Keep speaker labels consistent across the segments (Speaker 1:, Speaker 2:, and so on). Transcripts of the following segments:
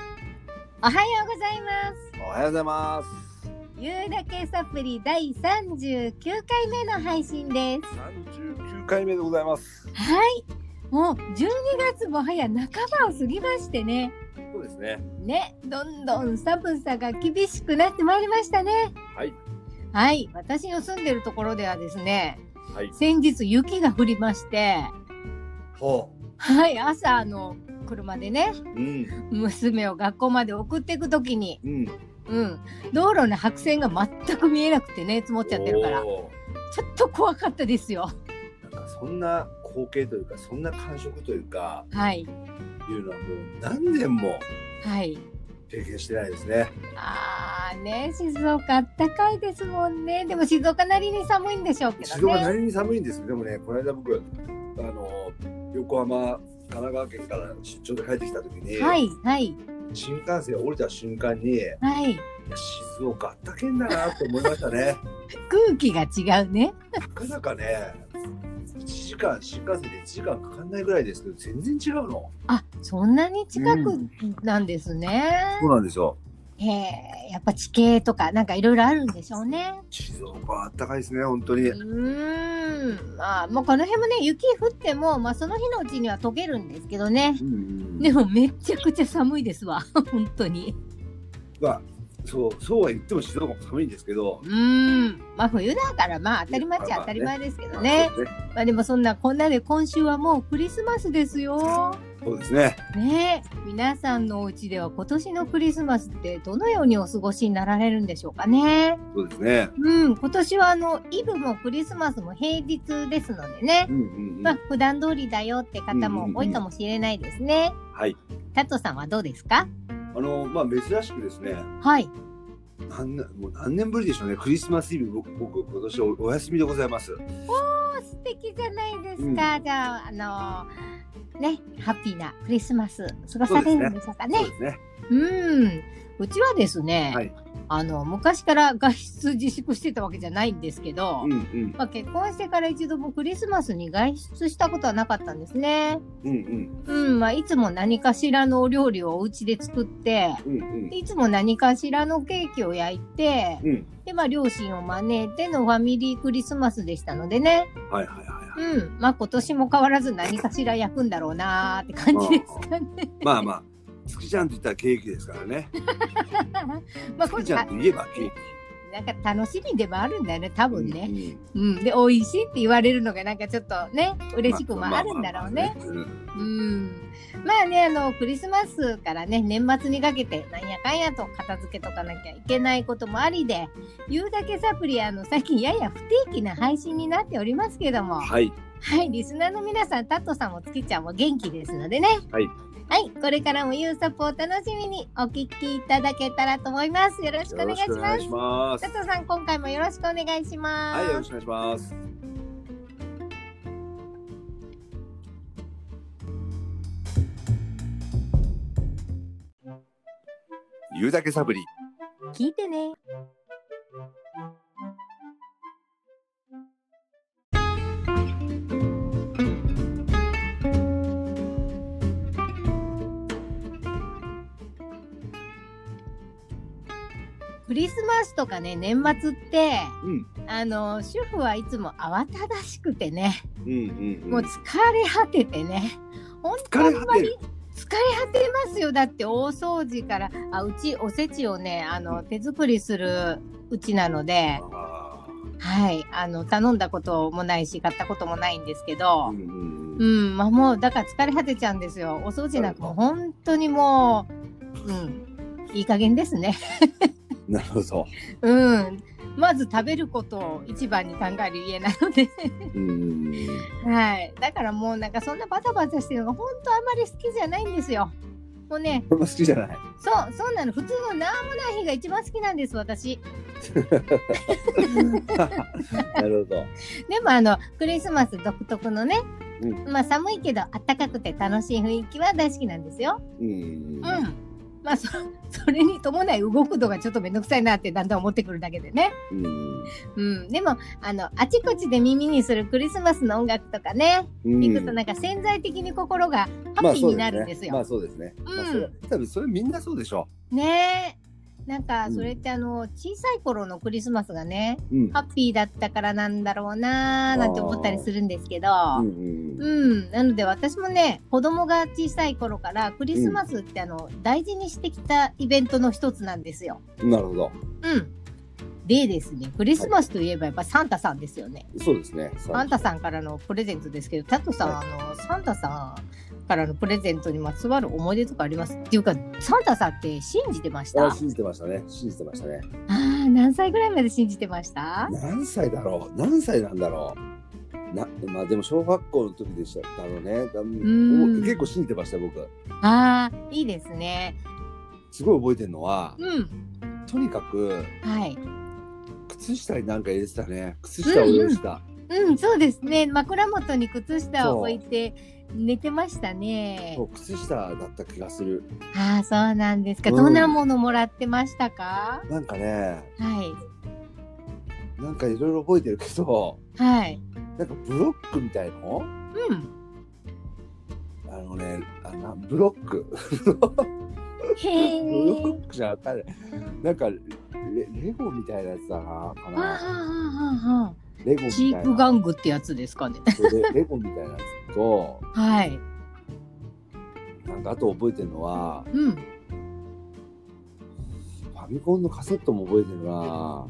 Speaker 1: おはようございます。
Speaker 2: おはようございます。
Speaker 1: ゆうだけサプリ第39回目の配信です。
Speaker 2: 三十九回目でございます。
Speaker 1: はい。もう12月も早半ばを過ぎましてね。
Speaker 2: そうですね。
Speaker 1: ね、どんどん寒さが厳しくなってまいりましたね。
Speaker 2: はい。
Speaker 1: はい。私の住んでるところではですね、
Speaker 2: はい。
Speaker 1: 先日雪が降りまして、
Speaker 2: ほ
Speaker 1: はい、朝あの、車でね、
Speaker 2: う。うん。
Speaker 1: 娘を学校まで送っていくときに、
Speaker 2: うん。
Speaker 1: うん、道路の白線が全く見えなくてね、積もっちゃってるから。
Speaker 2: おー
Speaker 1: ちょっと怖かったですよ。
Speaker 2: なんかそんな光景というか、そんな感触というか、
Speaker 1: はい。
Speaker 2: いうのはもう何年も
Speaker 1: はい。
Speaker 2: 経験してないですね。
Speaker 1: あーね、静岡あったかいですもんね。でも静岡なりに寒いんでしょうけ
Speaker 2: 静
Speaker 1: ど
Speaker 2: 岡
Speaker 1: ね。
Speaker 2: 何に寒いんですけどでもね、この間僕、あの、横浜。神奈川県から出張で帰ってきた時に、
Speaker 1: はい、はい、
Speaker 2: 新幹線降りた瞬間にいや
Speaker 1: はい。
Speaker 2: 静岡あったけんだなって思いましたね。
Speaker 1: 空気が違うね。
Speaker 2: なかなかね、1時間、新幹線で1時間かかんないぐらいですけど、全然違うの。
Speaker 1: あ、そんなに近くなんですね。
Speaker 2: そうなんですよ。
Speaker 1: へえ、やっぱ地形とかなんかいろいろあるんでしょうね。
Speaker 2: 静岡はあったかいですね、本当
Speaker 1: う
Speaker 2: に。
Speaker 1: ーん。まあ、もうこの辺もね、雪降っても、まあその日のうちには溶けるんですけどね。
Speaker 2: うん
Speaker 1: でもめちゃくちゃ寒いですわ。 本当に。
Speaker 2: まあ、そう、そうは言っても静岡も寒いんですけど
Speaker 1: う、ーん、まあ冬だからまあ当たり前っちゃ当たり前ですけどね。
Speaker 2: そうです
Speaker 1: まあでもそんなこんなで今週はもうクリスマスですよ。
Speaker 2: そうですね。
Speaker 1: ねえ、皆さんのお家では今年のクリスマスってどのようにお過ごしになられるんでしょうかね。
Speaker 2: そうですね。
Speaker 1: うん、今年はあのイブもクリスマスも平日ですのでね
Speaker 2: う。んうんうん。
Speaker 1: まあ普段通りだよって方も多いかもしれないですね。
Speaker 2: はい。
Speaker 1: タトさんはどうですか？
Speaker 2: あの、まあ、珍しくですね、
Speaker 1: はい。
Speaker 2: 何年、もう何年ぶりでしょうね、クリスマスイブ、僕、僕今年おお休みでございます。
Speaker 1: 素敵じゃないですか。じゃあ、あのーね、ハッピーなクリスマス過ごされるんでしょうかね。
Speaker 2: そう
Speaker 1: う
Speaker 2: ですね。
Speaker 1: ん。うちはですね、
Speaker 2: はい
Speaker 1: あの、昔から外出自粛してたわけじゃないんですけど、
Speaker 2: うんうん
Speaker 1: まあ、結婚してから一度もクリスマスに外出したことはなかったんですね。
Speaker 2: うん
Speaker 1: うん、まあ、いつも何かしらのお料理をお家で作って、
Speaker 2: うんうんうん
Speaker 1: いつも何かしらのケーキを焼いて、
Speaker 2: うん。
Speaker 1: で、まあ、両親を招いてのファミリークリスマスでしたのでね。
Speaker 2: はいはいはい
Speaker 1: う
Speaker 2: は
Speaker 1: ん、まあ今年も変わらず何かしら焼くんだろうなーって感じですかね。
Speaker 2: い。まあまあ、月ちゃんと言ったらケーキですからね。
Speaker 1: まあこ
Speaker 2: 月
Speaker 1: れ
Speaker 2: ちゃんといえばケーキ。
Speaker 1: なんか楽しみでもあるんだよね、多分ね。
Speaker 2: うんうん
Speaker 1: うん、で、美味しいって言われるのがなんかちょっとね、嬉しくもあるんだろうね。。
Speaker 2: まあまあまあまあうん
Speaker 1: うん。まあね、あの、クリスマスからね、年末にかけて、なんやかんやと片付けとかなきゃいけないこともありで、言うだけサプリ、あの、最近やや不定期な配信になっておりますけども。
Speaker 2: はい、
Speaker 1: はい、リスナーの皆さん、タットさんも月ちゃんも元気ですのでね。
Speaker 2: はい。
Speaker 1: はい、これからもユーサポを楽しみにお聞きいただけたらと思います。よろしくお
Speaker 2: よ
Speaker 1: 願
Speaker 2: ろ
Speaker 1: いし
Speaker 2: しくお
Speaker 1: ま
Speaker 2: 願い
Speaker 1: す
Speaker 2: し。ます
Speaker 1: タ。ットさん、今回もよろしくお願いします。
Speaker 2: はい、よろしくお願いします。ゆうだけサブリ。
Speaker 1: 聞いてね。クリスマスとかね年末って
Speaker 2: うん、
Speaker 1: あの主婦はいつも慌ただしくてね
Speaker 2: うん、うん。
Speaker 1: もう疲れ果ててね、本当
Speaker 2: 疲
Speaker 1: に
Speaker 2: れ果てる
Speaker 1: 疲れ果てますよだって大掃除からあうちおせちをねあの手作りするうちなので、
Speaker 2: あ
Speaker 1: はい、あの頼んだこともないし買ったこともないんですけ
Speaker 2: ーう
Speaker 1: ど、
Speaker 2: ん、うん
Speaker 1: う
Speaker 2: うん。
Speaker 1: んまあ、もうだから疲れ果てちゃうんですよお掃除なんかも本当にもう、うん、いい加減ですね。
Speaker 2: なるほど。
Speaker 1: うんまず食べることを一番に考える家なので、
Speaker 2: うんうんうん。
Speaker 1: はい、だからもうなんかそんなバタバタしてるのが本当あまり好きじゃないんですよ。もうね、
Speaker 2: あんま好きじゃない。
Speaker 1: そう、そうなの。普通のなんもない日が一番好きなんです、私。
Speaker 2: なるほど。
Speaker 1: でもあの、クリスマス独特のね、
Speaker 2: う
Speaker 1: まあ寒いけど暖かくて楽しい雰囲気は大好きなんですよ。
Speaker 2: うん。
Speaker 1: うん。ままあそ それに伴い動くのがちょっとめんどくさいなってだんだん思ってくるだけでね。
Speaker 2: うん
Speaker 1: うん、でもあのあちこちで耳にするクリスマスの音楽とかね、
Speaker 2: うん
Speaker 1: 行くとなんか潜在的に心がハッ
Speaker 2: まあ
Speaker 1: ピ
Speaker 2: そ
Speaker 1: ー
Speaker 2: う
Speaker 1: になるんですよ。
Speaker 2: まあそうですね。まあそれ
Speaker 1: う
Speaker 2: 多分それみんなそうでしょ
Speaker 1: ねえなんか
Speaker 2: うん
Speaker 1: それってあの小さい頃のクリスマスがね
Speaker 2: う。うん。
Speaker 1: ハッピーだったからなんだろうなーなんて思ったりするんですけど、
Speaker 2: うんうんうん
Speaker 1: うん、なので私もね子供が小さい頃からクリスマスってあの、大事にしてきたイベントの一つなんですよ。
Speaker 2: なるほど。
Speaker 1: うん、でですねクリスマスといえばやっぱサンタさんですよね。
Speaker 2: そうですね。
Speaker 1: サンタさんからのプレゼントですけどタトさん、
Speaker 2: は
Speaker 1: あのサンタさんからのプレゼントにまつわる思い出とかありますっていうかサンタさんって信じてました
Speaker 2: あ
Speaker 1: あ
Speaker 2: 信じてましたね。信じてましたね。
Speaker 1: あー何歳ぐらいまで信じてました
Speaker 2: 何歳だろう。何歳なんだろう。な、まあでも小学校の時でしただろうね。だ
Speaker 1: ん
Speaker 2: お結構信じてました僕。
Speaker 1: あーいいですね。
Speaker 2: すごい覚えてるのは、
Speaker 1: うん、
Speaker 2: とにかく
Speaker 1: はい
Speaker 2: 靴下に何か入れてたね。靴下を用意した。
Speaker 1: うん、そうですね。枕元に靴下を置いて寝てましたね
Speaker 2: そ。う靴下だった気がする。
Speaker 1: ああ、そうなんですか。
Speaker 2: うん
Speaker 1: どんなものもらってましたか。
Speaker 2: なんかね、
Speaker 1: はい。
Speaker 2: なんかいろいろ覚えてるけど、
Speaker 1: はい。
Speaker 2: なんかブロックみたいの？
Speaker 1: うん。
Speaker 2: あのね、あなブロック。
Speaker 1: へ
Speaker 2: ブ
Speaker 1: え
Speaker 2: ロ。 ックじゃわかんない。なんかレレゴみたいなやつだなか
Speaker 1: ああ、あ
Speaker 2: な。
Speaker 1: あ、あ
Speaker 2: レゴ
Speaker 1: あ。
Speaker 2: み
Speaker 1: チ
Speaker 2: た
Speaker 1: ー
Speaker 2: い
Speaker 1: ク
Speaker 2: な。
Speaker 1: 玩具ってやつですかね。
Speaker 2: それでレゴみたいなやつと、
Speaker 1: はい。
Speaker 2: なんかあと覚えてるのは
Speaker 1: うん。
Speaker 2: ファミコンのカセットも覚えてるな。
Speaker 1: ああ、なん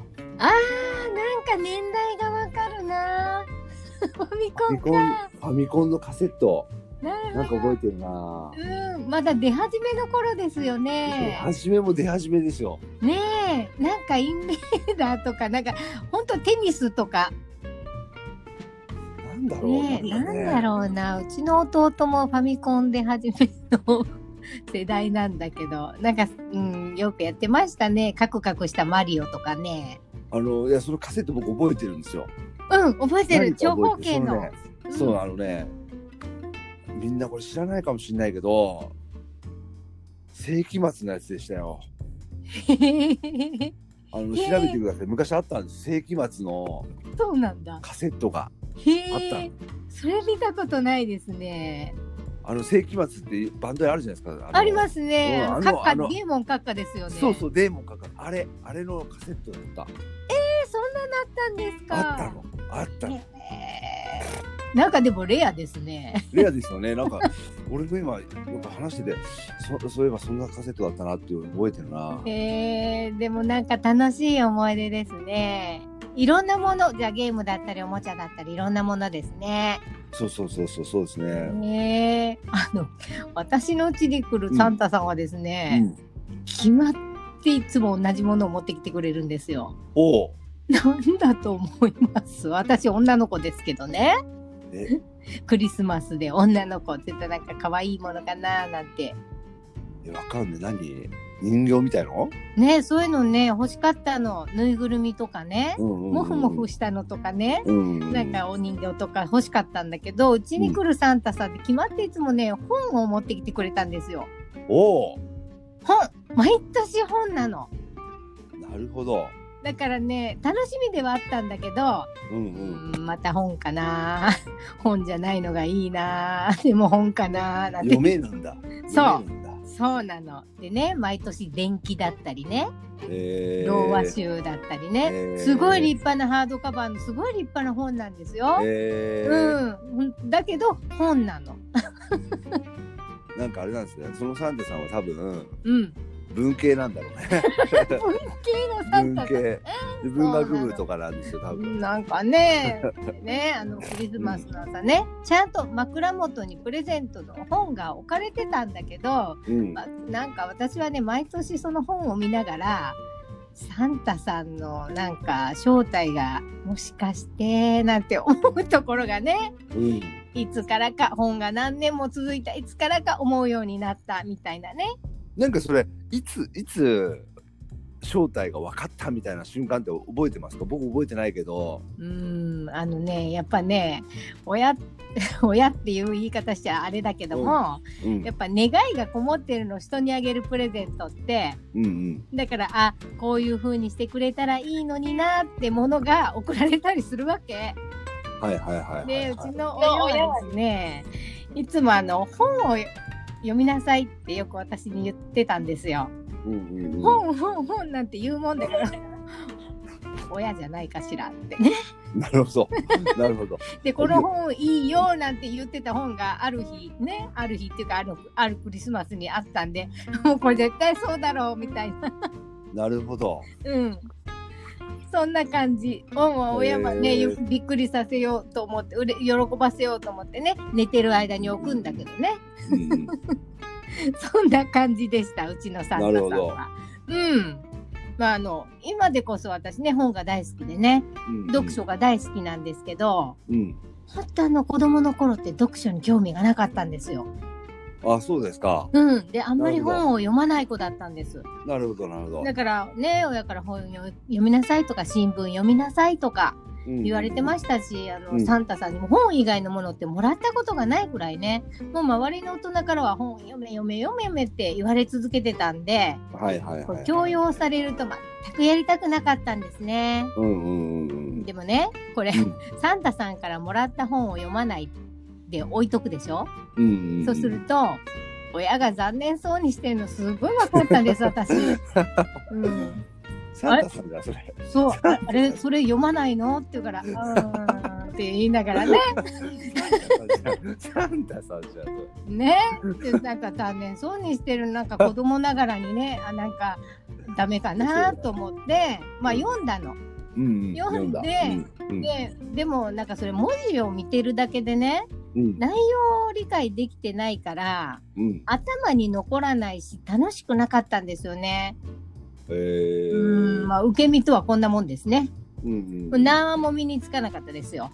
Speaker 1: か年代がわかるな。 ファミ
Speaker 2: ファ
Speaker 1: コン
Speaker 2: ミコン
Speaker 1: か。
Speaker 2: ファミコンのカセット
Speaker 1: なるほど。
Speaker 2: なんか覚えてるな。
Speaker 1: うん、まだ出始めの頃ですよ
Speaker 2: 出
Speaker 1: ね。
Speaker 2: 始めも出始めでしょ。
Speaker 1: ねえなんかインベーダーとかなんかほんとテニスとか
Speaker 2: なんだろう。
Speaker 1: ねえなんだ
Speaker 2: う。
Speaker 1: ろうなうちの弟もファミコンで初めの世代なんだけどなんか、うん、よくやってましたねカクカクしたマリオとかね
Speaker 2: あのいやそのカセット僕覚えてるんですよ。
Speaker 1: うん覚えてる
Speaker 2: 何か
Speaker 1: 長
Speaker 2: 覚
Speaker 1: 方
Speaker 2: えて
Speaker 1: 形
Speaker 2: る
Speaker 1: の
Speaker 2: そのねそう
Speaker 1: うん
Speaker 2: あのねみんなこれ知らないかもしれないけど世紀末のやつでしたよ
Speaker 1: へ
Speaker 2: あの
Speaker 1: え
Speaker 2: 調べてください昔あったんです世紀末の
Speaker 1: そうなんだ
Speaker 2: カセットが
Speaker 1: へ
Speaker 2: あ
Speaker 1: えそれ見たことないですね
Speaker 2: あの世紀末ってバンドであるじゃないですか
Speaker 1: ありますすね
Speaker 2: うんあの
Speaker 1: 閣下
Speaker 2: あの
Speaker 1: デーモン閣下ですよね
Speaker 2: そう
Speaker 1: う
Speaker 2: そうデーモンかかあれあれのカセットだった
Speaker 1: そんなのあったんですか
Speaker 2: あったのあったの
Speaker 1: えーなんかでもレアですね。
Speaker 2: レアですよねなんか俺も今なんか話しててそそういえばそんなカセットだったなっていうの覚えてるな
Speaker 1: えーでもなんか楽しい思い出ですね。いろんなもの、じゃあゲームだったりおもちゃだったりいろんなものですね。
Speaker 2: そうそうそうそうそうですね
Speaker 1: ねえあの私の家に来るサンタさんはです
Speaker 2: う
Speaker 1: ね、
Speaker 2: ん
Speaker 1: 決まっていつも同じものを持ってきてくれるんですよ。
Speaker 2: おお
Speaker 1: なんだと思います私女の子ですけどね
Speaker 2: え
Speaker 1: クリスマスで女の子って言ったらなんか可愛いものかななんて
Speaker 2: え、わかんない。何人形みたいの
Speaker 1: ねそういうのね欲しかったのぬいぐるみとかねも
Speaker 2: も
Speaker 1: ふもふしたのとかね
Speaker 2: うん。
Speaker 1: なんかお人形とか欲しかったんだけどうちに来るサンタさんって決まっていつもね本を持ってきてくれたんですよ
Speaker 2: おお
Speaker 1: 本毎年本なの
Speaker 2: なるほど。
Speaker 1: だからね楽しみではあったんだけど
Speaker 2: うん
Speaker 1: う
Speaker 2: うん。
Speaker 1: んまた本かな 本じゃないのがいいなでも本かななんて
Speaker 2: 読めなんだ。
Speaker 1: そう
Speaker 2: 読めなんだ。
Speaker 1: そうなのでね毎年電気だったりね
Speaker 2: えー、
Speaker 1: 童話集だったりね、
Speaker 2: えー
Speaker 1: すごい立派なハードカバーのすごい立派な本なんですよ。
Speaker 2: えー
Speaker 1: うん、だけど本なの。
Speaker 2: なんかあれなんですね。そのサンデさんは多分
Speaker 1: うん、
Speaker 2: 文系なんだろうね。
Speaker 1: 文系のサン
Speaker 2: 文
Speaker 1: タ
Speaker 2: 系
Speaker 1: さ
Speaker 2: で文学部とかなんですよ多分。
Speaker 1: ん。なんかね、 ね、あのクリスマスの朝ね、ちゃんと枕元にプレゼントの本が置かれてたんだけど、
Speaker 2: うん。
Speaker 1: まなんか私はね毎年その本を見ながらサンタさんのなんか正体がもしかしてなんて思うところがね
Speaker 2: うん。
Speaker 1: いつからか本が何年も続いたいつからか思うようになったみたいなね
Speaker 2: なんかそれいついつ。正体が分かったみたいな瞬間って覚えてますか僕覚えてないけど
Speaker 1: うーんあのねやっぱね親 親っていう言い方しちゃあれだけども、
Speaker 2: うん
Speaker 1: やっぱ願いがこもってるの人にあげるプレゼントって
Speaker 2: うんうん
Speaker 1: だからあこういう風にしてくれたらいいのになってものが送られたりするわけ。
Speaker 2: はいはいはいはい、
Speaker 1: でう
Speaker 2: は
Speaker 1: ち
Speaker 2: い
Speaker 1: の親はですねいつもあの本を読みなさいってよく私に言ってたんですよ。
Speaker 2: うんうんうん
Speaker 1: 本本本なんて言うもんだ から親じゃないかしらってね。
Speaker 2: なるほどなるほど
Speaker 1: でこの本いいよなんて言ってた本がある日ねある日っていうかあるあるクリスマスにあったんで もうこれ絶対そうだろうみたいな
Speaker 2: なるほど
Speaker 1: うんそんな感じもうもう親はね、
Speaker 2: へー
Speaker 1: よくびっくりさせようと思ってうれ喜ばせようと思ってね寝てる間に置くんだけどね
Speaker 2: うんうん
Speaker 1: そんな感じでしたうちのサンタさん
Speaker 2: なるほど
Speaker 1: は。うんまああの今でこそ私ね本が大好きでね
Speaker 2: うん
Speaker 1: 読書が大好きなんですけど、
Speaker 2: うん
Speaker 1: 本当あの子供の頃って読書に興味がなかったんですよ。
Speaker 2: あそうですか
Speaker 1: うん、であんまり
Speaker 2: なるほど
Speaker 1: 本を読まない子だったんです。
Speaker 2: なるほどなるほど
Speaker 1: だからね親から本を読みなさいとか新聞読みなさいとか言われてま
Speaker 2: し
Speaker 1: したしあの、
Speaker 2: うん
Speaker 1: サンタさんにも本以外のものってもらったことがないくらいねもう周りの大人からは本読め読め読め読めって言われ続けてたんで、
Speaker 2: たはいはい
Speaker 1: こ
Speaker 2: は
Speaker 1: う
Speaker 2: い
Speaker 1: 強要されると全くやりたくなかったんですね。
Speaker 2: うんうんうん
Speaker 1: でもねこれ、
Speaker 2: うん
Speaker 1: サンタさんからもらった本を読まないで置いとくでしょ、
Speaker 2: うんうんん
Speaker 1: そうすると親が残念そうにしてるのすごい分かったんです 私。うん、
Speaker 2: サンタさんだそれ
Speaker 1: そうああれそれ読まないのって言うから「うーん」って言いながらね
Speaker 2: サンタさんじゃんサンタさんじゃんそれ
Speaker 1: ねでなんか残念そうにしてるなんか子供ながらにねあなんかダメかなと思ってまあ読んだの。
Speaker 2: うんうん
Speaker 1: 読んで
Speaker 2: 読んだ
Speaker 1: ででもなんかそれ文字を見てるだけでね
Speaker 2: うんうん
Speaker 1: 内容を理解できてないから
Speaker 2: うん
Speaker 1: 頭に残らないし楽しくなかったんですよね。
Speaker 2: え
Speaker 1: う
Speaker 2: ー
Speaker 1: ーんまあ、受け身とはこんなもんですね。
Speaker 2: うんうんうん
Speaker 1: 何も身につかなかったですよ。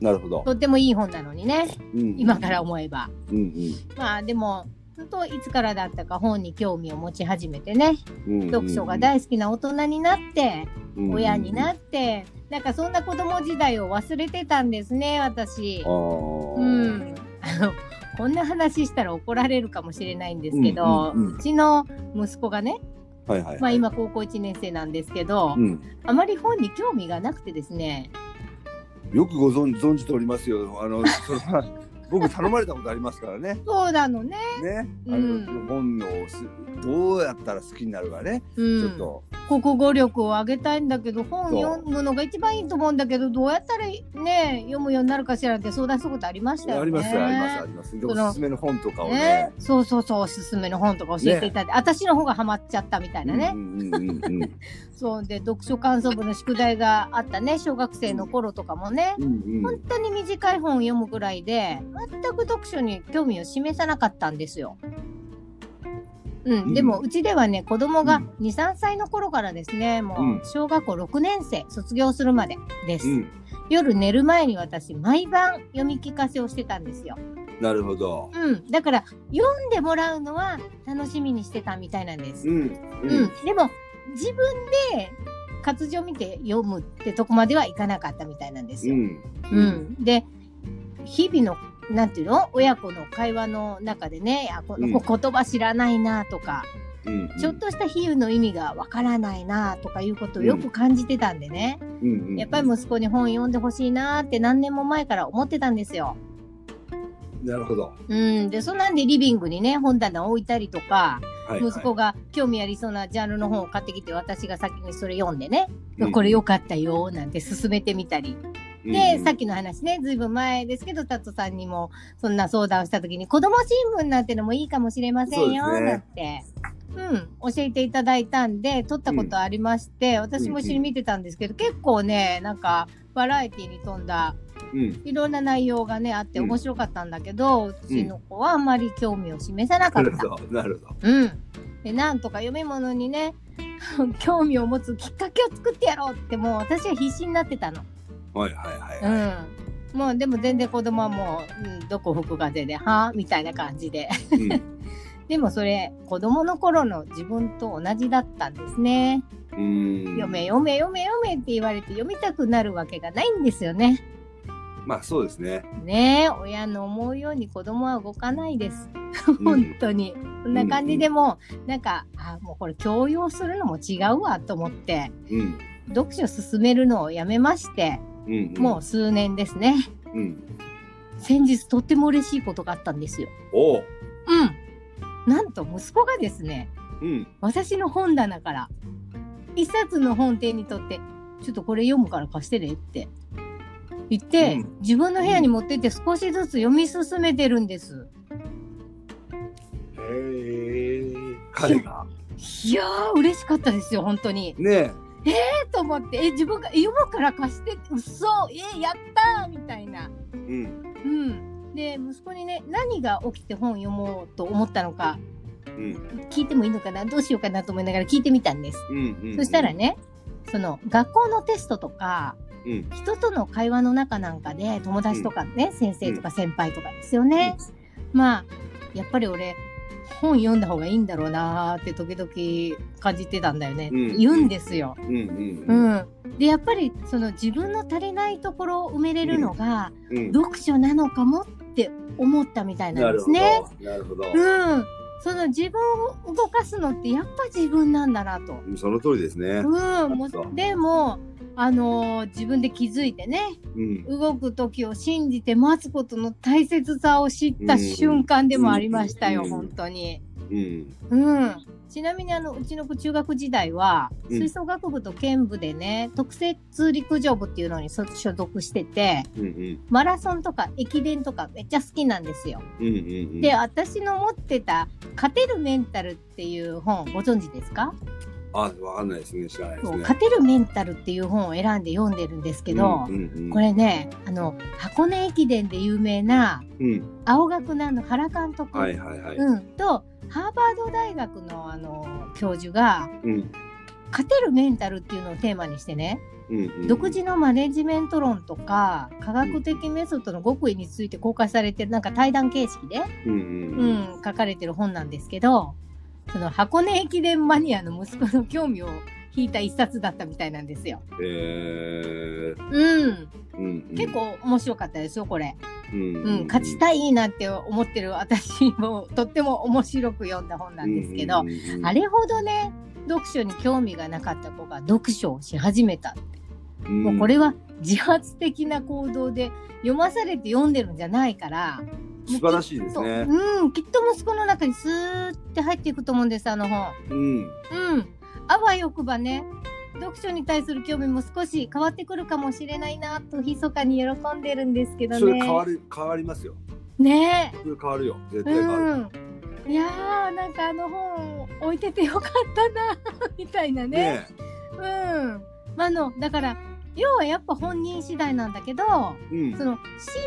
Speaker 2: なるほど
Speaker 1: とってもいい本なのにね、
Speaker 2: うん
Speaker 1: 今から思えば。
Speaker 2: うんうん
Speaker 1: まあでも、本当いつからだったか本に興味を持ち始めてね、
Speaker 2: うんうん
Speaker 1: 読書が大好きな大人になって、
Speaker 2: うんうん
Speaker 1: 親になって、なんかそんな子供時代を忘れてたんですね、私
Speaker 2: あ。ー
Speaker 1: うん。あのこんな話したら怒られるかもしれないんですけど、
Speaker 2: うんうんうん
Speaker 1: うちの息子がね、
Speaker 2: はいはい
Speaker 1: まあ今高校1年生なんですけど、
Speaker 2: うん
Speaker 1: あまり本に興味がなくてですね、
Speaker 2: よくご存存じておりますよあの それは僕頼まれたことありますからね
Speaker 1: そうなのね。
Speaker 2: ねあ
Speaker 1: うん
Speaker 2: の本のすどうやったら好きになるかね
Speaker 1: う
Speaker 2: ちょっ
Speaker 1: ん、
Speaker 2: と
Speaker 1: 国語力を上げたいんだけど本
Speaker 2: そう
Speaker 1: 読むのが一番いいと思うんだけどどうやったらね読むようになるかしらって相談したことありましたよね。
Speaker 2: ありますありますあります。で
Speaker 1: そ
Speaker 2: お
Speaker 1: の
Speaker 2: すすめの本とかを
Speaker 1: ね
Speaker 2: ね。、
Speaker 1: そうそうそうおすすめの本とか教えていただいて、私の方がハマっちゃったみたいなね、
Speaker 2: うんうんうんうんうん
Speaker 1: そうで読書感想文の宿題があったね小学生の頃とかもね、
Speaker 2: うんうん
Speaker 1: 本当に短い本を読むぐらいで全く読書に興味を示さなかったんですよ。うん、
Speaker 2: うん
Speaker 1: でもうちではね子供が
Speaker 2: うん
Speaker 1: 23歳の頃からですねも
Speaker 2: ん
Speaker 1: う小学校6年生卒業するまでです、
Speaker 2: うん
Speaker 1: 夜寝る前に私毎晩読み聞かせをしてたんですよ、
Speaker 2: なるほど。
Speaker 1: うん、だから読んでもらうのは楽しみにしてたみたいなんです、
Speaker 2: うん
Speaker 1: うん
Speaker 2: うん
Speaker 1: でも自分で活字を見て読むってとこまではいかなかったみたいなんです
Speaker 2: う
Speaker 1: よ、
Speaker 2: ん
Speaker 1: う。ん、で日々のなんていうの親子の会話の中でねあこの
Speaker 2: うん
Speaker 1: 子言葉知らないなとか、
Speaker 2: うん
Speaker 1: ちょっとした比喩の意味がわからないなとかいうことをよく感じてたんでね、やっぱり息子に本読んでほしいなって何年も前から思ってたんですよ。
Speaker 2: うんなるほど。
Speaker 1: うん、でそんなんでリビングにね本棚を置いたりとか、
Speaker 2: はい
Speaker 1: 息子が興味ありそうなジャンルの本を買ってきて私が先にそれ読んでね、
Speaker 2: うん
Speaker 1: これ良かったよなんて勧めてみたりで、さっきの話ね、ずいぶん前ですけど、タットさんにもそんな相談をしたときに、子供新聞なんてのもいいかもしれませんよ、
Speaker 2: そ
Speaker 1: な
Speaker 2: う
Speaker 1: ん
Speaker 2: で
Speaker 1: て。うん、教えていただいたんで、撮ったことありまして、私も一緒に見てたんですけど、結構ね、なんか、バラエティに富んだ、
Speaker 2: うん
Speaker 1: いろんな内容がね、あって
Speaker 2: うん
Speaker 1: 面白かったんだけど、うちの子はあんまり興味を示さなか
Speaker 2: な
Speaker 1: っ
Speaker 2: る
Speaker 1: た。
Speaker 2: ほどなるほど。
Speaker 1: うん。で、なんとか読み物にね、 興味を持つきっかけを作ってやろうって、もう私は必死になってたの。
Speaker 2: はいはいはいは
Speaker 1: うん、もうでも全然子供はもう、うん、どこ吹く風ではみたいな感じで
Speaker 2: い。うん
Speaker 1: でもそれ子供の頃の自分と同じだったんですね。
Speaker 2: うん
Speaker 1: 読め読め読め読めって言われて読みたくなるわけがないんですよね。
Speaker 2: まあそうですね。
Speaker 1: ねえ親の思うように子供は動かないです。
Speaker 2: ん
Speaker 1: 本当に。こんな感じでも、なんかあもうこれ強要するのも違うわと思って
Speaker 2: うん
Speaker 1: 読書進めるのをやめまして
Speaker 2: うん、
Speaker 1: もう数年ですね。
Speaker 2: うん、うん、
Speaker 1: 先日とっても嬉しいことがあったんですよ。
Speaker 2: おう、
Speaker 1: うん。なんと息子がですね
Speaker 2: うん、
Speaker 1: 私の本棚から一冊の本手に取ってちょっとこれ読むから貸してねって言って、
Speaker 2: うん
Speaker 1: 自分の部屋に持ってって少しずつ読み進めてるんです。
Speaker 2: へえ、彼が
Speaker 1: いやー嬉しかったですよ本当に。
Speaker 2: ね
Speaker 1: えーと思ってえ自分がえ読むから貸してうそえやったーみたいな。
Speaker 2: え、うん
Speaker 1: うん、で息子にね何が起きて本読もうと思ったのか
Speaker 2: うん
Speaker 1: 聞いてもいいのかなどうしようかなと思いながら聞いてみたんです。
Speaker 2: うんうん、
Speaker 1: そしたら、ね、その学校のテストとか、
Speaker 2: うん
Speaker 1: 人との会話の中なんかで友達とかね、先生とか先輩とかですよね。まあやっぱり俺本読んだ方がいいんだろうなーって時々感じてたんだよね、
Speaker 2: うん
Speaker 1: 言うんですよ。
Speaker 2: うんうん
Speaker 1: う
Speaker 2: うん
Speaker 1: ん、でやっぱりその自分の足りないところを埋めれるのが、
Speaker 2: うん、
Speaker 1: 読書なのかもって思ったみたいな
Speaker 2: なん
Speaker 1: で
Speaker 2: る
Speaker 1: す
Speaker 2: ほど
Speaker 1: ね。、
Speaker 2: なるほど、
Speaker 1: うん、その自分を動かすのってやっぱ自分なんだなと。
Speaker 2: うん、その通りですね。
Speaker 1: うん、もう
Speaker 2: そう
Speaker 1: でも、あのー自分で気づいてね
Speaker 2: うん、
Speaker 1: 動く時を信じて待つことの大切さを知った瞬間でもありましたよ、
Speaker 2: うん
Speaker 1: 本当に。
Speaker 2: うん、
Speaker 1: うん、ちなみにあのうちの子中学時代は
Speaker 2: うん
Speaker 1: 吹奏楽部と剣部でね特設陸上部っていうのに所所属してて
Speaker 2: うんうん
Speaker 1: マラソンとか駅伝とかめっちゃ好きなんですよ。
Speaker 2: うんうん、
Speaker 1: で私の持ってた「勝てるメンタル」っていう本ご存知ですか
Speaker 2: あ、わかんないですね、知らないです
Speaker 1: そう
Speaker 2: ね。
Speaker 1: 勝てるメンタルっていう本を選んで読んでるんですけど、
Speaker 2: うんうんうん、
Speaker 1: これねあの箱根駅伝で有名な
Speaker 2: うん、
Speaker 1: 青学なの原監督、
Speaker 2: はいはいはい、
Speaker 1: うん、とハーバード大学のあの教授が
Speaker 2: うん
Speaker 1: 「勝てるメンタル」っていうのをテーマにしてね、
Speaker 2: うんうん、
Speaker 1: 独自のマネジメント論とか科学的メソッドの極意について公開されてるなんか対談形式で、
Speaker 2: うん
Speaker 1: う、ん、書かれてる本なんですけどその箱根駅伝マニアの息子の興味を引いた一冊だったみたいなんですよ。
Speaker 2: えー、
Speaker 1: うん、
Speaker 2: うんうん、
Speaker 1: 結、構面白かったですよこれ、
Speaker 2: うん
Speaker 1: うん勝ちたいなって思ってる私もとっても面白く読んだ本なんですけど、
Speaker 2: うんうんうんうん、
Speaker 1: あれほどね読書に興味がなかった子が読書をし始めた、もうこれは自発的な行動で読まされて読んでるんじゃないから
Speaker 2: 素晴らしいです
Speaker 1: そう
Speaker 2: ね。
Speaker 1: うんきっと息子の中にスーって入っていくと思うんですあの本。
Speaker 2: うん、
Speaker 1: うん、あわよくばね読書に対する興味も少し変わってくるかもしれないなと密かに喜んでるんですけどね。
Speaker 2: それ変わる変わりますよ。
Speaker 1: ね
Speaker 2: それ変わるよ。絶
Speaker 1: え、
Speaker 2: 対変わる。
Speaker 1: うん。いやーなんかあの本置いててよかったなみたいなね。
Speaker 2: ね
Speaker 1: うん。まああのだから要はやっぱ本人次第なんだけど、
Speaker 2: え、うん。
Speaker 1: その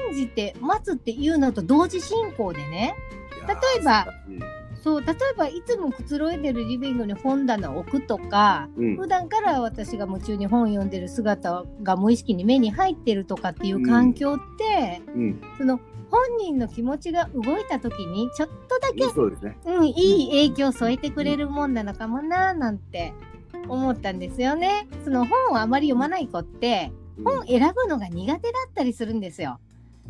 Speaker 1: 信じて待つっていうのと同時進行でね。
Speaker 2: い
Speaker 1: 例
Speaker 2: やー
Speaker 1: えば、
Speaker 2: うん
Speaker 1: そう例えばいつもくつろいでるリビングに本棚を置くとか、
Speaker 2: うん
Speaker 1: 普段から私が夢中に本読んでる姿が無意識に目に入ってるとかっていう環境って、
Speaker 2: うん、
Speaker 1: その本人の気持ちが動いた時にちょっとだけ、
Speaker 2: そうですね。
Speaker 1: うん、いい影響を添えてくれるもんなのかもなーなんて思ったんですよね。その本をあまり読まない子って
Speaker 2: うん
Speaker 1: 本選ぶのが苦手だったりするんですよ。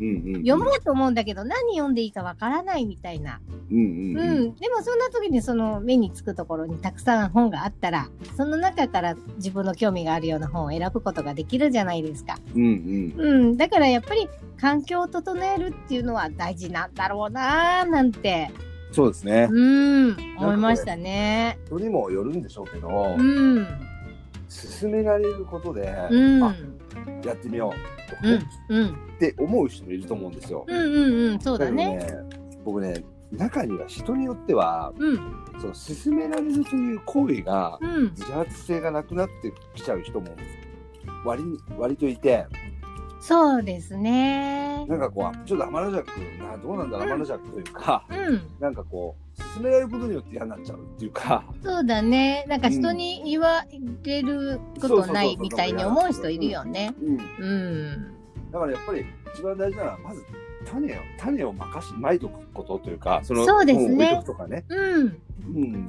Speaker 2: うんうん、
Speaker 1: 読もうと思うんだけど何読んでいいかわからないみたいな。
Speaker 2: うんう
Speaker 1: う
Speaker 2: ん
Speaker 1: ん、でもそんな時にその目につくところにたくさん本があったらその中から自分の興味があるような本を選ぶことができるじゃないですか、
Speaker 2: うんうん
Speaker 1: うん、だからやっぱり環境を整えるっていうのは大事なんだろうなーなんて、
Speaker 2: そうですね。
Speaker 1: うん、思いましたね。
Speaker 2: 人にもよるんでしょうけど、
Speaker 1: うん、
Speaker 2: 進められることで、
Speaker 1: うん、
Speaker 2: あやってみようとか、
Speaker 1: うん、うん、
Speaker 2: って思う人もいると思うんですよ。
Speaker 1: うん、うん、うん、そうだね。
Speaker 2: だけどね僕ね中には人によっては
Speaker 1: うん、
Speaker 2: その勧められるという行為が
Speaker 1: うん、
Speaker 2: 自発性がなくなってきちゃう人も割に割といて
Speaker 1: そうですね。
Speaker 2: なんかこうちょっとアマラジャックなどうなんだろう
Speaker 1: うん
Speaker 2: アマラジャックというか
Speaker 1: うん、
Speaker 2: なんかこう勧められることによって嫌になっちゃうっていうか
Speaker 1: そうだね。なんか人に言われることないみたいに思う人いるよね。
Speaker 2: うん
Speaker 1: うん。
Speaker 2: だからやっぱり一番大事なのはまず種を種をまかしまいとくことというかその
Speaker 1: そうですね
Speaker 2: 本を置いとくとかね、
Speaker 1: うん
Speaker 2: うん、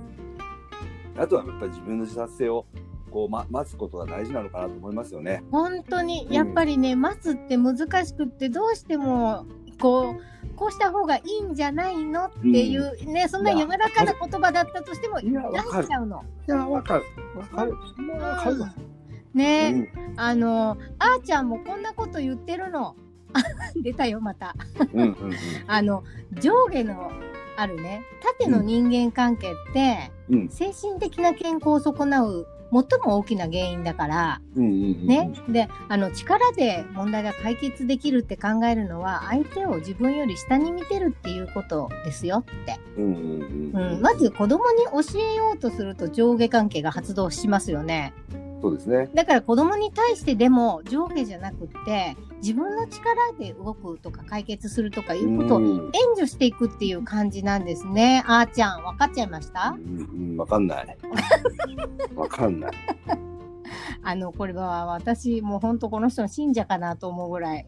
Speaker 2: あとはやっぱり自分の自殺性をこう、ま、待つことが大事なのかなと思いますよね。
Speaker 1: 本当に
Speaker 2: うん
Speaker 1: やっぱりね、待つって難しくってどうしてもこうこうした方がいいんじゃないのっていう、ねそんな柔らかな言葉だったとしても出
Speaker 2: いやわかる
Speaker 1: しちゃうの。
Speaker 2: いやわかるわかるそれはわかるわ。
Speaker 1: ね、
Speaker 2: うん
Speaker 1: あのあーちゃんもこんなこと言ってるの 出たよまた
Speaker 2: うんうん
Speaker 1: あの上下のあるね縦の人間関係って、
Speaker 2: うん
Speaker 1: 精神的な健康を損なう最も大きな原因だから、
Speaker 2: うんうんうんうん
Speaker 1: ね、であの力で問題が解決できるって考えるのは相手を自分より下に見てるっていうことですよって、
Speaker 2: うんうんう
Speaker 1: うんん、まず子供に教えようとすると上下関係が発動しますよね
Speaker 2: そうですね。
Speaker 1: だから子供に対してでも上下じゃなくって自分の力で動くとか解決するとかいうことを
Speaker 2: うん
Speaker 1: 援
Speaker 2: うん
Speaker 1: 助していくっていう感じなんですね、あーちゃん分かっちゃいました
Speaker 2: うんわかん ない。わかんない。
Speaker 1: あのこれは私もうほんとこの人の信者かなと思うぐらい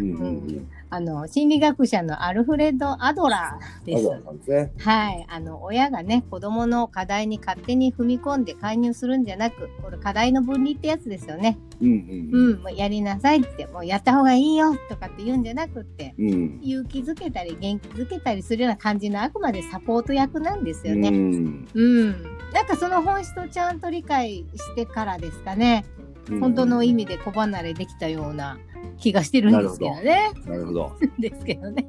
Speaker 2: うんうんうん。
Speaker 1: あの心理学者のアルフレッド・アドラーで
Speaker 2: あ
Speaker 1: す
Speaker 2: と。はなんですね。
Speaker 1: はい、あの親がね子供の課題に勝手に踏み込んで介入するんじゃなくこれ課題の分離ってやつですよね。
Speaker 2: うん
Speaker 1: うん、もうやりなさいってもうやった方がいいよとかって言うんじゃなくって
Speaker 2: うんうん。うん。
Speaker 1: 勇気づけたり元気づけたりするような感じのあくまでサポート役なんですよ
Speaker 2: う
Speaker 1: ね。
Speaker 2: ん
Speaker 1: うん、なんかその本質をちゃんと理解してからですかね
Speaker 2: うん
Speaker 1: 本当の意味で子離れできたような気がしてるんですけどね。
Speaker 2: なるほど。
Speaker 1: ですけどね。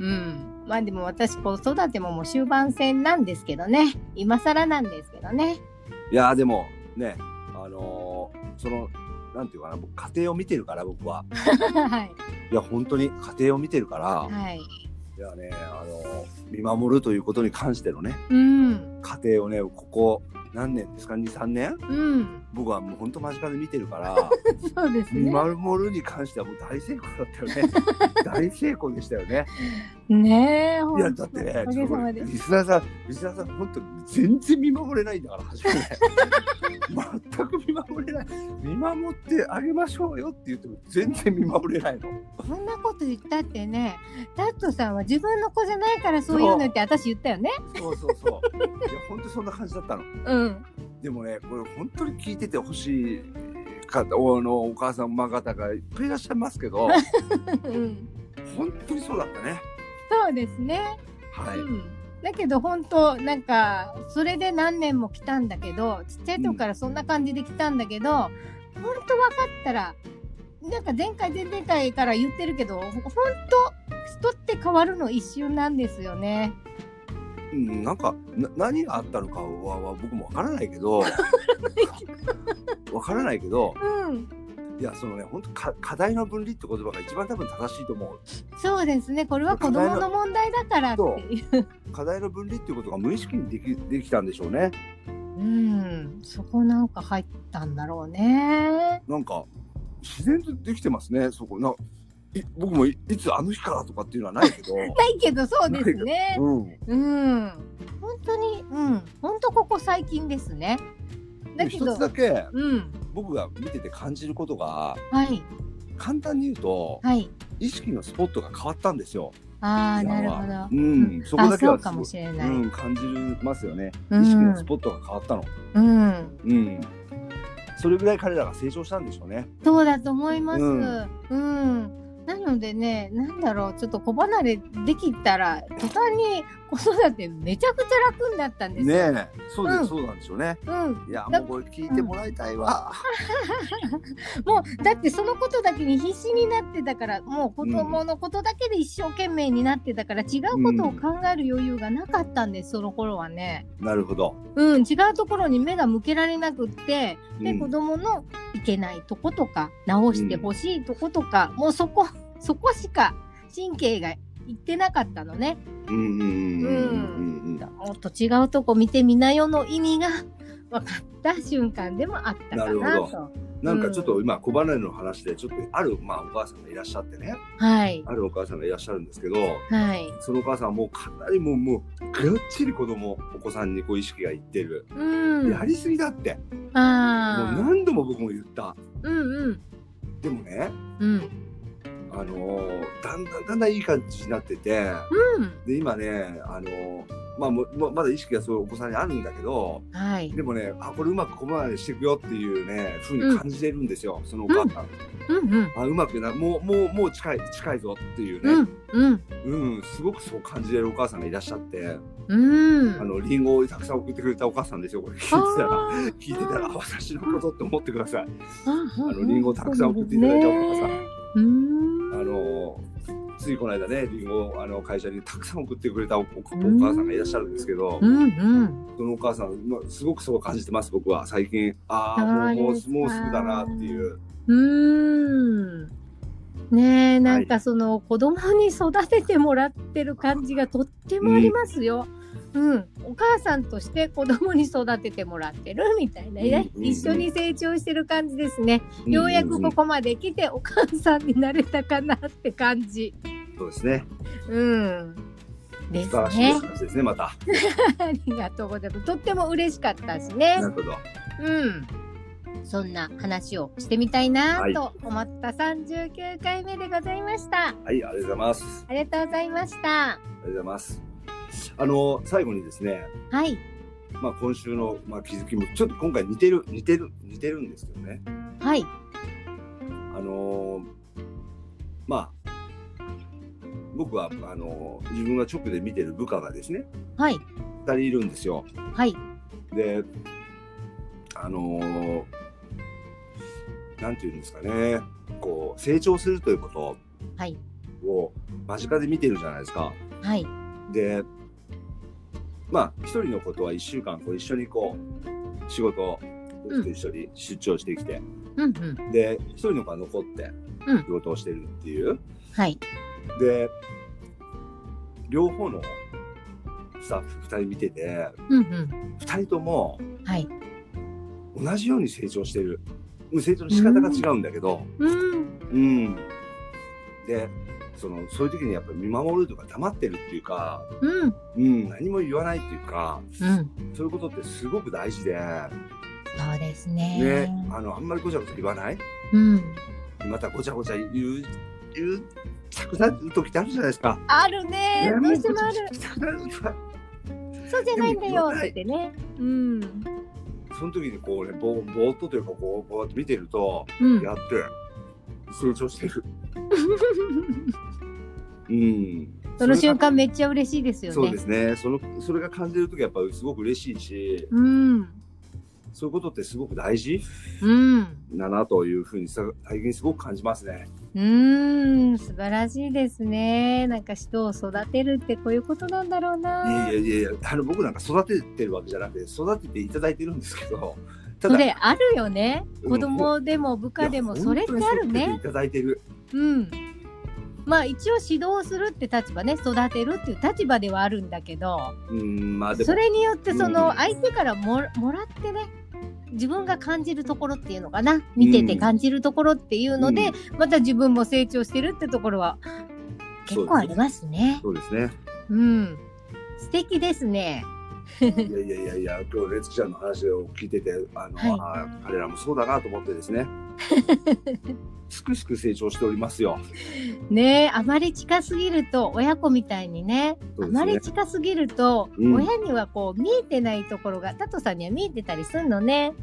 Speaker 1: うん、まあでも私子育てももう終盤戦なんですけどね今更なんですけどね
Speaker 2: いやーでもねあのーそのなんていうかな僕家庭を見てるから僕は
Speaker 1: はい
Speaker 2: いや本当に家庭を見てるから
Speaker 1: はい
Speaker 2: いやねあのー見守るということに関してのね
Speaker 1: うん
Speaker 2: 家庭をねここ何年ですか23年
Speaker 1: うん
Speaker 2: 僕はもう本当間近で見てるから
Speaker 1: そうです
Speaker 2: 見
Speaker 1: ね
Speaker 2: 守るに関してはもう大成功だった よね大成功でしたよね
Speaker 1: ねえ
Speaker 2: いやだってね
Speaker 1: おか
Speaker 2: ち
Speaker 1: げ
Speaker 2: ょっと
Speaker 1: さ
Speaker 2: こ
Speaker 1: ま
Speaker 2: れ
Speaker 1: で
Speaker 2: リスナーさんリスナーさん本当全然見守れないんだから初めて全く見守れない見守ってあげましょうよって言っても全然見守れないの
Speaker 1: そんなこと言ったってねタットさんは自分の子じゃないからそういうのって私言ったよね
Speaker 2: そうそうそういや本当そんな感じだったの
Speaker 1: うん
Speaker 2: でもねこれ本当に聞いててほしい方おあのお母さん方がいっぱいいらっしゃいますけど
Speaker 1: うん
Speaker 2: 本当にそうだったね
Speaker 1: そうですね
Speaker 2: はい、
Speaker 1: うんだけど本当なんかそれで何年も来たんだけどちっちゃい時からそんな感じで来たんだけど、本当分かったらなんか前回前々回から言ってるけど本当人って変わるの一瞬なんですよね。
Speaker 2: うん、なんかな何があったのかはは僕もわからないけど わからないけど
Speaker 1: うん、
Speaker 2: いやそのね本当か課題の分離って言葉が一番多分正しいと思う
Speaker 1: そうですねこれは子供の問題だからっていう。
Speaker 2: 課題の分離っていうことが無意識にできできたんでしょうね
Speaker 1: うん、そこなんか入ったんだろうね。
Speaker 2: なんか自然とできてますねそこない僕もいいつあの日からとかっていうのはないけ ど、
Speaker 1: ないけどそうですね。
Speaker 2: うん、
Speaker 1: うん、本当に、うん、本当ここ最近ですね。だ
Speaker 2: で
Speaker 1: け
Speaker 2: 一
Speaker 1: ど
Speaker 2: つ、だけ
Speaker 1: うん、
Speaker 2: 僕が見てて感じることが
Speaker 1: はい、
Speaker 2: 簡単に言うと
Speaker 1: はい、
Speaker 2: 意識のスポットが変わったんですよ。
Speaker 1: ああ、
Speaker 2: 今
Speaker 1: なる
Speaker 2: は
Speaker 1: ほど。
Speaker 2: うん、そこだけ
Speaker 1: あそ
Speaker 2: は
Speaker 1: うかもしれ
Speaker 2: す
Speaker 1: な
Speaker 2: ご
Speaker 1: い。
Speaker 2: いう
Speaker 1: うん、
Speaker 2: ん、感じますよね、
Speaker 1: うん
Speaker 2: 意識のスポットが変わったの。うん、それぐらい彼らが成長したんでしょうね。
Speaker 1: そうだと思います。う
Speaker 2: うんん、
Speaker 1: なのでね、なんだろう、ちょっと子離れできたら、途端に子育てめちゃくちゃ楽になったんですよ。
Speaker 2: ねえ、そうで、
Speaker 1: うん
Speaker 2: そうなんでしょうね。
Speaker 1: うん、
Speaker 2: いや、も
Speaker 1: だ
Speaker 2: うこれ聞いてもらいたいわ。
Speaker 1: もうだってそのことだけに必死になってたからもう子供のことだけで一生懸命になってたから、違うことを考える余裕がなかったんですその頃はね。
Speaker 2: なるほど。
Speaker 1: うん、違うところに目が向けられなくってで、
Speaker 2: うん
Speaker 1: 子供のいけないとことか直してほしいとことか、もうそこ そこしか神経がいってなかったのね
Speaker 2: うんうんうんうんうん
Speaker 1: もっと違うとこ見てみなよの意味が分かった瞬間でもあったか
Speaker 2: なる
Speaker 1: な
Speaker 2: ほ
Speaker 1: と。
Speaker 2: なんかちょっと今小離れの話でちょっとあるまあお母さんがいらっしゃってね
Speaker 1: はい、
Speaker 2: あるお母さんがいらっしゃるんですけど
Speaker 1: はい、
Speaker 2: そのお母さんはもうかなりもうもうがっちり子供お子さんにこう意識がいってる、
Speaker 1: うん
Speaker 2: やりすぎだってもう
Speaker 1: ああ、
Speaker 2: 何度も僕も言った
Speaker 1: うんうん、
Speaker 2: でもね、
Speaker 1: うん。
Speaker 2: あのーだんだんだんだんいい感じになってて、
Speaker 1: うん。
Speaker 2: で、今ね、あのーまあもう、もうまだ意識がそういうお子さんにあるんだけど、
Speaker 1: はい。
Speaker 2: でもね、あ、これうまくここまでしていくよっていうね、ふうに感じてるんですよ、そのお母さん。
Speaker 1: うんうん。
Speaker 2: あ、うまくな、もう、もう、もう近い、近いぞっていう
Speaker 1: う
Speaker 2: ね、
Speaker 1: ん。うん。
Speaker 2: うん、すごくそう感じれるお母さんがいらっしゃって、
Speaker 1: うん。
Speaker 2: あの、リンゴをたくさん送ってくれたお母さんですよ、これ聞いてたら。 聞いてたら、あ私のことって思ってください。
Speaker 1: あ
Speaker 2: のリンゴをたくさん送っていただいたお母さん
Speaker 1: うーん。
Speaker 2: あのついこの間ねりんごをあの会社にたくさん送ってくれたおおお母さんがいらっしゃるんですけど
Speaker 1: うんうん。
Speaker 2: そのお母さん、まあ、すごくそう感じてます僕は最近ああもう
Speaker 1: そう
Speaker 2: も
Speaker 1: です
Speaker 2: う
Speaker 1: か
Speaker 2: もうすぐだなっていう
Speaker 1: うーん。ねえ、なんかその子供に育ててもらってる感じがとってもありますよ。うん、お母さんとして子供に育ててもらってるみたいなね、
Speaker 2: うんうんうん
Speaker 1: 一緒に成長してる感じですね。ようやくここまで来てお母さんになれたかなって感じ。
Speaker 2: うんそうですね
Speaker 1: うん。で
Speaker 2: 素
Speaker 1: す
Speaker 2: 晴らし
Speaker 1: ね
Speaker 2: い。話ですねまた
Speaker 1: ありがとうございます。とっても嬉しかったしね
Speaker 2: な。るほど
Speaker 1: うん。そんな話をしてみたいなと思った39回目でございました。
Speaker 2: はいありがとうございます
Speaker 1: ありがとうございました。
Speaker 2: ありがとうございますあの最後にですね
Speaker 1: はい。
Speaker 2: まあ今週のまあ気づきもちょっと今回似てる似てる似てるんですけどね
Speaker 1: はい。
Speaker 2: あのーまあ僕はあのー自分が直で見てる部下がですね
Speaker 1: はい。
Speaker 2: 2人いるんですよ。
Speaker 1: はい。
Speaker 2: であのーなんていうんですかねこう成長するというこ
Speaker 1: はい。
Speaker 2: とを間近で見てるじゃないですか。
Speaker 1: はい。
Speaker 2: でまあ一人のことは1週間こう一緒にこう仕事僕と一緒に出張してきて、
Speaker 1: うんうん。
Speaker 2: で一人の子が残って
Speaker 1: うん
Speaker 2: 仕事をしてるっていう。
Speaker 1: はい。
Speaker 2: で両方のスタッフ2人見てて
Speaker 1: うんうん。
Speaker 2: 2人とも
Speaker 1: はい。
Speaker 2: 同じように成長してるもう成長の仕方が違うんだけど
Speaker 1: うん。
Speaker 2: うん、でそのそういう時にやっぱり見守るとか黙ってるっていうか、
Speaker 1: うん。
Speaker 2: うん、何も言わないっていうか
Speaker 1: うん。
Speaker 2: そういうことってすごく大事で、
Speaker 1: そうですね。
Speaker 2: ね、あのあんまりごちゃごちゃ言わない
Speaker 1: うん。
Speaker 2: またごちゃごちゃ言う言うたくなる時ってあるじゃないですか。
Speaker 1: あるね。
Speaker 2: ね
Speaker 1: どうしてもある。
Speaker 2: ごちゃごちゃ言う時は
Speaker 1: そうじゃないんだよってね。うん。
Speaker 2: その時にこうねぼぼーっとというかこうぼーっと見てると
Speaker 1: うん
Speaker 2: や。って成長し てる。うん。
Speaker 1: その瞬
Speaker 2: れ
Speaker 1: 間
Speaker 2: が
Speaker 1: めっちゃ嬉しいですよね。
Speaker 2: そうですね。そのそれが感じる時やっぱりすごく嬉しいし、
Speaker 1: うん。
Speaker 2: そういうことってすごく大事
Speaker 1: うん。
Speaker 2: だなというふうにさ最近すごく感じますね。
Speaker 1: うーん、素晴らしいですね。なんか人を育てるってこういうことなんだろう
Speaker 2: いや
Speaker 1: な。
Speaker 2: いやいやあの僕なんか育ててるわけじゃなくて育てていただいてるんですけど、た
Speaker 1: そ
Speaker 2: だい
Speaker 1: れあるよね。
Speaker 2: うん
Speaker 1: 子供でも部下
Speaker 2: や
Speaker 1: でもそれってある
Speaker 2: 本当に育
Speaker 1: ね。
Speaker 2: てていただいてる。
Speaker 1: うん。まあ一応指導するって立場ね、育てるっていう立場ではあるんだけど、
Speaker 2: うんまあでも
Speaker 1: それによってそ
Speaker 2: うん
Speaker 1: の相手からももらってね、自分が感じるところっていうのかな、見てて感じるところっていうので、また自分も成長してるってところは結構ありますね。
Speaker 2: そうですね。
Speaker 1: うん。素敵ですね。
Speaker 2: いやいやいやいや、今日、レツキちゃんの話を聞いてて、あの、
Speaker 1: は
Speaker 2: あ彼らもそうだなと思ってで すね。すくすく成長しておりますよ。
Speaker 1: ねえあまり近すぎると親子みたいにね
Speaker 2: そ
Speaker 1: あ
Speaker 2: うですね
Speaker 1: まり近すぎると、
Speaker 2: うん
Speaker 1: 親にはこう見えてないところがタトさんには見えてたりするのね。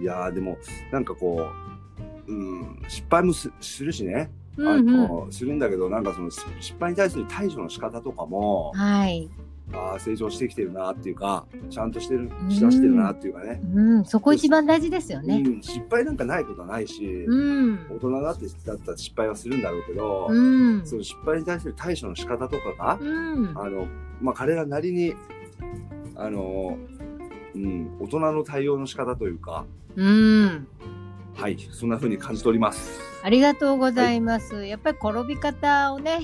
Speaker 2: いやー、でも、なんかこう、うん、失敗もすするしね、
Speaker 1: うん
Speaker 2: あ
Speaker 1: うん、
Speaker 2: のするんだけど、なんかその失失敗に対する対処の仕方とかも、
Speaker 1: はい、
Speaker 2: あー成長してきてるなっていうか、ちゃんとしてる、しだしてるなっていうかね。
Speaker 1: うん、そこ一番大事ですよね。
Speaker 2: うん、失敗なんかないことはないし、
Speaker 1: うん、
Speaker 2: 大人だってだったら失敗はするんだろうけど、
Speaker 1: うん、
Speaker 2: その失敗に対する対処の仕方とかが、
Speaker 1: うん、
Speaker 2: あの、まあ、彼らなりに、あの、うん、大人の対応の仕方というか、
Speaker 1: うん、
Speaker 2: はい、そんな風に感じております。
Speaker 1: ありがとうございます。やっぱり転び方をね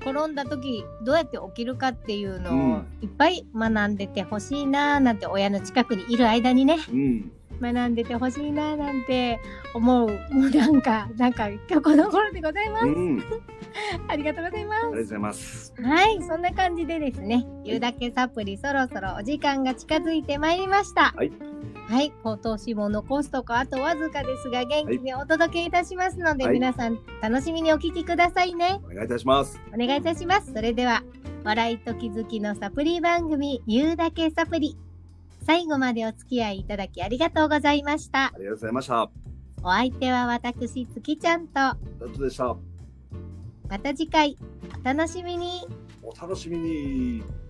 Speaker 1: 転んだ時どうやって起きるかっていうの
Speaker 2: う
Speaker 1: を
Speaker 2: ん
Speaker 1: いっぱい学んでてほしいなーなんて親の近くにいる間にね
Speaker 2: うん、
Speaker 1: 学んでてほしいななんて思う もうなんかなんか今日この頃でございます
Speaker 2: うん、あり
Speaker 1: ありがとうございま
Speaker 2: がとうございます。
Speaker 1: すはいそんな感じでですね言うだけサプリそろそろお時間が近づいてまいりました
Speaker 2: はい、
Speaker 1: はい、今年も残すとこあとわずかですが、元気にお届けいたしますので、
Speaker 2: はい
Speaker 1: 皆さん楽しみにお聞きくださいね。
Speaker 2: お願いいたします。
Speaker 1: お願いいたします。それでは、笑いと気づきのサプリ番組、言うだけサプリ。最後までお付き合いいただきありがとうございました
Speaker 2: あ。りがとうございました。
Speaker 1: お相手は私、月ちゃんと、
Speaker 2: ダットでした。
Speaker 1: また次回、お楽しみに。
Speaker 2: お楽しみに。